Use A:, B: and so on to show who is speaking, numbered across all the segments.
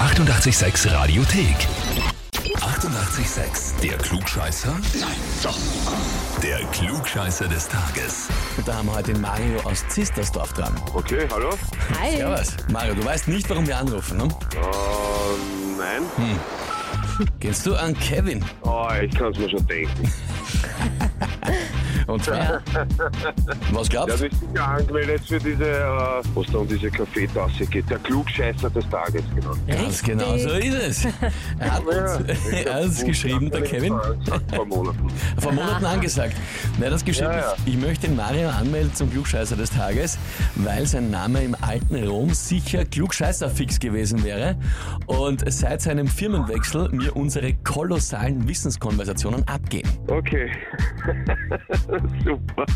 A: 886 Radiothek. 88,6. Der Klugscheißer? Nein, doch. Der Klugscheißer des Tages.
B: Da haben wir heute den Mario aus Zistersdorf dran.
C: Okay, hallo?
D: Hi.
B: Servus. Mario, du weißt nicht, warum wir anrufen, ne?
C: Ähm, nein?
B: Kennst du an Kevin?
C: Oh, ich kann es mir schon denken.
B: Und zwar, was
C: Der hat
B: glaubst du?
C: mich sicher angemeldet für diese, äh, was da um diese Kaffeetasse geht. Der Klugscheißer des Tages, genau.
B: Ganz genau, so ist es. Er hat uns,
C: Ich
B: er
C: hab
B: hat uns
C: gewusst,
B: geschrieben,
C: ich hab
B: der
C: mir
B: Kevin,
C: das gesagt Vor Monaten.
B: vor Monaten angesagt. Er hat uns geschrieben,
C: Ja, ja.
B: ich ich möchte den Mario anmelden zum Klugscheißer des Tages, weil sein Name im alten Rom sicher Klugscheißerfix gewesen wäre und seit seinem Firmenwechsel mir unsere kolossalen Wissenskonversationen abgehen.
C: Okay. Super.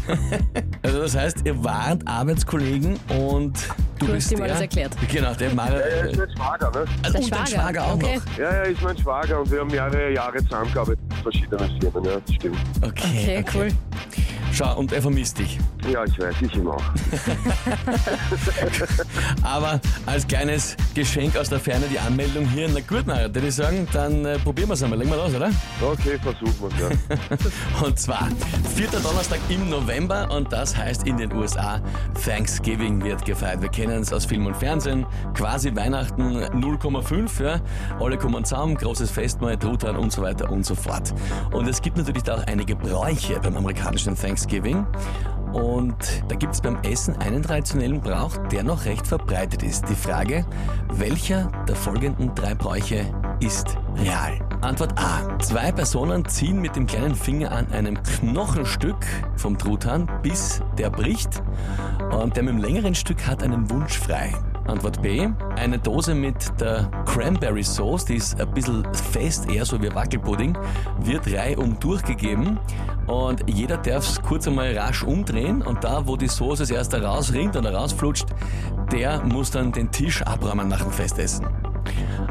B: Also das heißt, ihr warnt Arbeitskollegen und du,
D: Du hast
B: bist
D: ihm
B: der,
D: alles erklärt.
B: Genau, der Mario.
C: Er ist mein Schwager, ne?
B: Also, und
D: Der
B: dein
D: Schwager,
B: Schwager auch
D: okay.
B: noch.
C: Ja, ja, ist mein Schwager und wir haben mehrere Jahre zusammengearbeitet in verschiedenen Firmen, ja, das stimmt.
B: Okay,
D: Okay, cool.
B: Schau, und er vermisst dich.
C: Ja, ich weiß, ich immer auch.
B: Aber als kleines Geschenk aus der Ferne die Anmeldung hier. Na gut, Mario, würde ich sagen, dann äh, probieren wir es einmal. Legen wir los, oder?
C: Okay, versuchen wir ja.
B: Und zwar vierter Donnerstag im November und das heißt in den USA, Thanksgiving wird gefeiert. Wir kennen es aus Film und Fernsehen, quasi Weihnachten 0,5, ja. Alle kommen zusammen, großes Festmahl, Truthahn und so weiter und so fort. Und es gibt natürlich da auch einige Bräuche beim amerikanischen Thanksgiving. Und da gibt es beim Essen einen traditionellen Brauch, der noch recht verbreitet ist. Die Frage, welcher der folgenden drei Bräuche ist real? Antwort A. Zwei Personen ziehen mit dem kleinen Finger an einem Knochenstück vom Truthahn, bis der bricht und der mit dem längeren Stück hat einen Wunsch frei. Antwort B. Eine Dose mit der Cranberry Sauce, die ist ein bisschen fest, eher so wie Wackelpudding, wird reihum durchgegeben und jeder darf es kurz einmal rasch umdrehen und da, wo die Soße als erster rausrinnt oder rausflutscht, der muss dann den Tisch abräumen nach dem Festessen.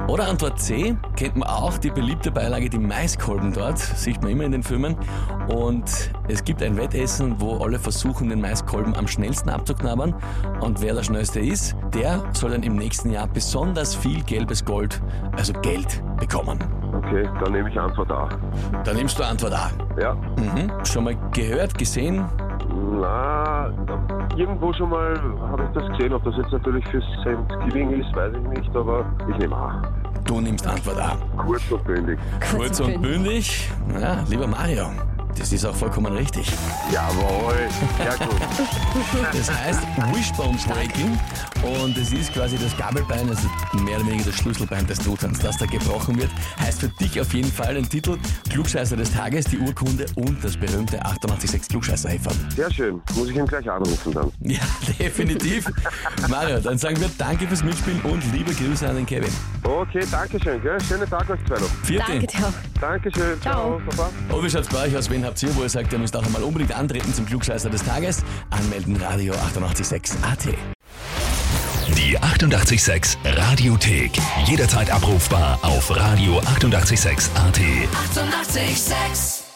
B: Oder Antwort C, kennt man auch die beliebte Beilage, die Maiskolben dort, sieht man immer in den Filmen. Und es gibt ein Wettessen, wo alle versuchen, den Maiskolben am schnellsten abzuknabbern. Und wer der Schnellste ist, der soll dann im nächsten Jahr besonders viel gelbes Gold, also Geld, bekommen.
C: Okay, dann nehme ich Antwort A.
B: Da nimmst du Antwort A.
C: Ja.
B: Mhm. Schon mal gehört, gesehen?
C: Na, irgendwo schon mal habe ich das gesehen. Ob das jetzt natürlich fürs Thanksgiving ist, weiß ich nicht, aber ich nehme A.
B: Du nimmst Antwort A.
C: Kurz und bündig.
B: Kurz und bündig. Ja, lieber Mario, das ist auch vollkommen richtig.
C: Jawohl, sehr gut.
B: Das heißt Wishbone Breaking und es ist quasi das Gabelbein, also mehr oder weniger das Schlüsselbein des Truthahns, das da gebrochen wird. Heißt für dich auf jeden Fall den Titel Klugscheißer des Tages, die Urkunde und das berühmte 886 klugscheißer -Häferl.
C: Sehr schön. Muss ich ihn gleich anrufen dann.
B: Ja, definitiv. Mario, dann sagen wir danke fürs Mitspielen und liebe Grüße an den Kevin.
C: Okay, danke schön. Gell? Schönen Tag euch zwei noch.
B: Vierten.
D: Danke dir auch.
C: Dankeschön.
D: Ciao.
C: Baba.
B: Und Oh, wie schaut's bei euch aus? Wen habt ihr, wo ihr sagt, ihr müsst auch einmal unbedingt antreten zum Klugscheißer des Tages? Anmelden Radio 886 AT.
A: Die 88,6 Radiothek. Jederzeit abrufbar auf radio886.at. 88,6.
E: Eighty-eight, sex.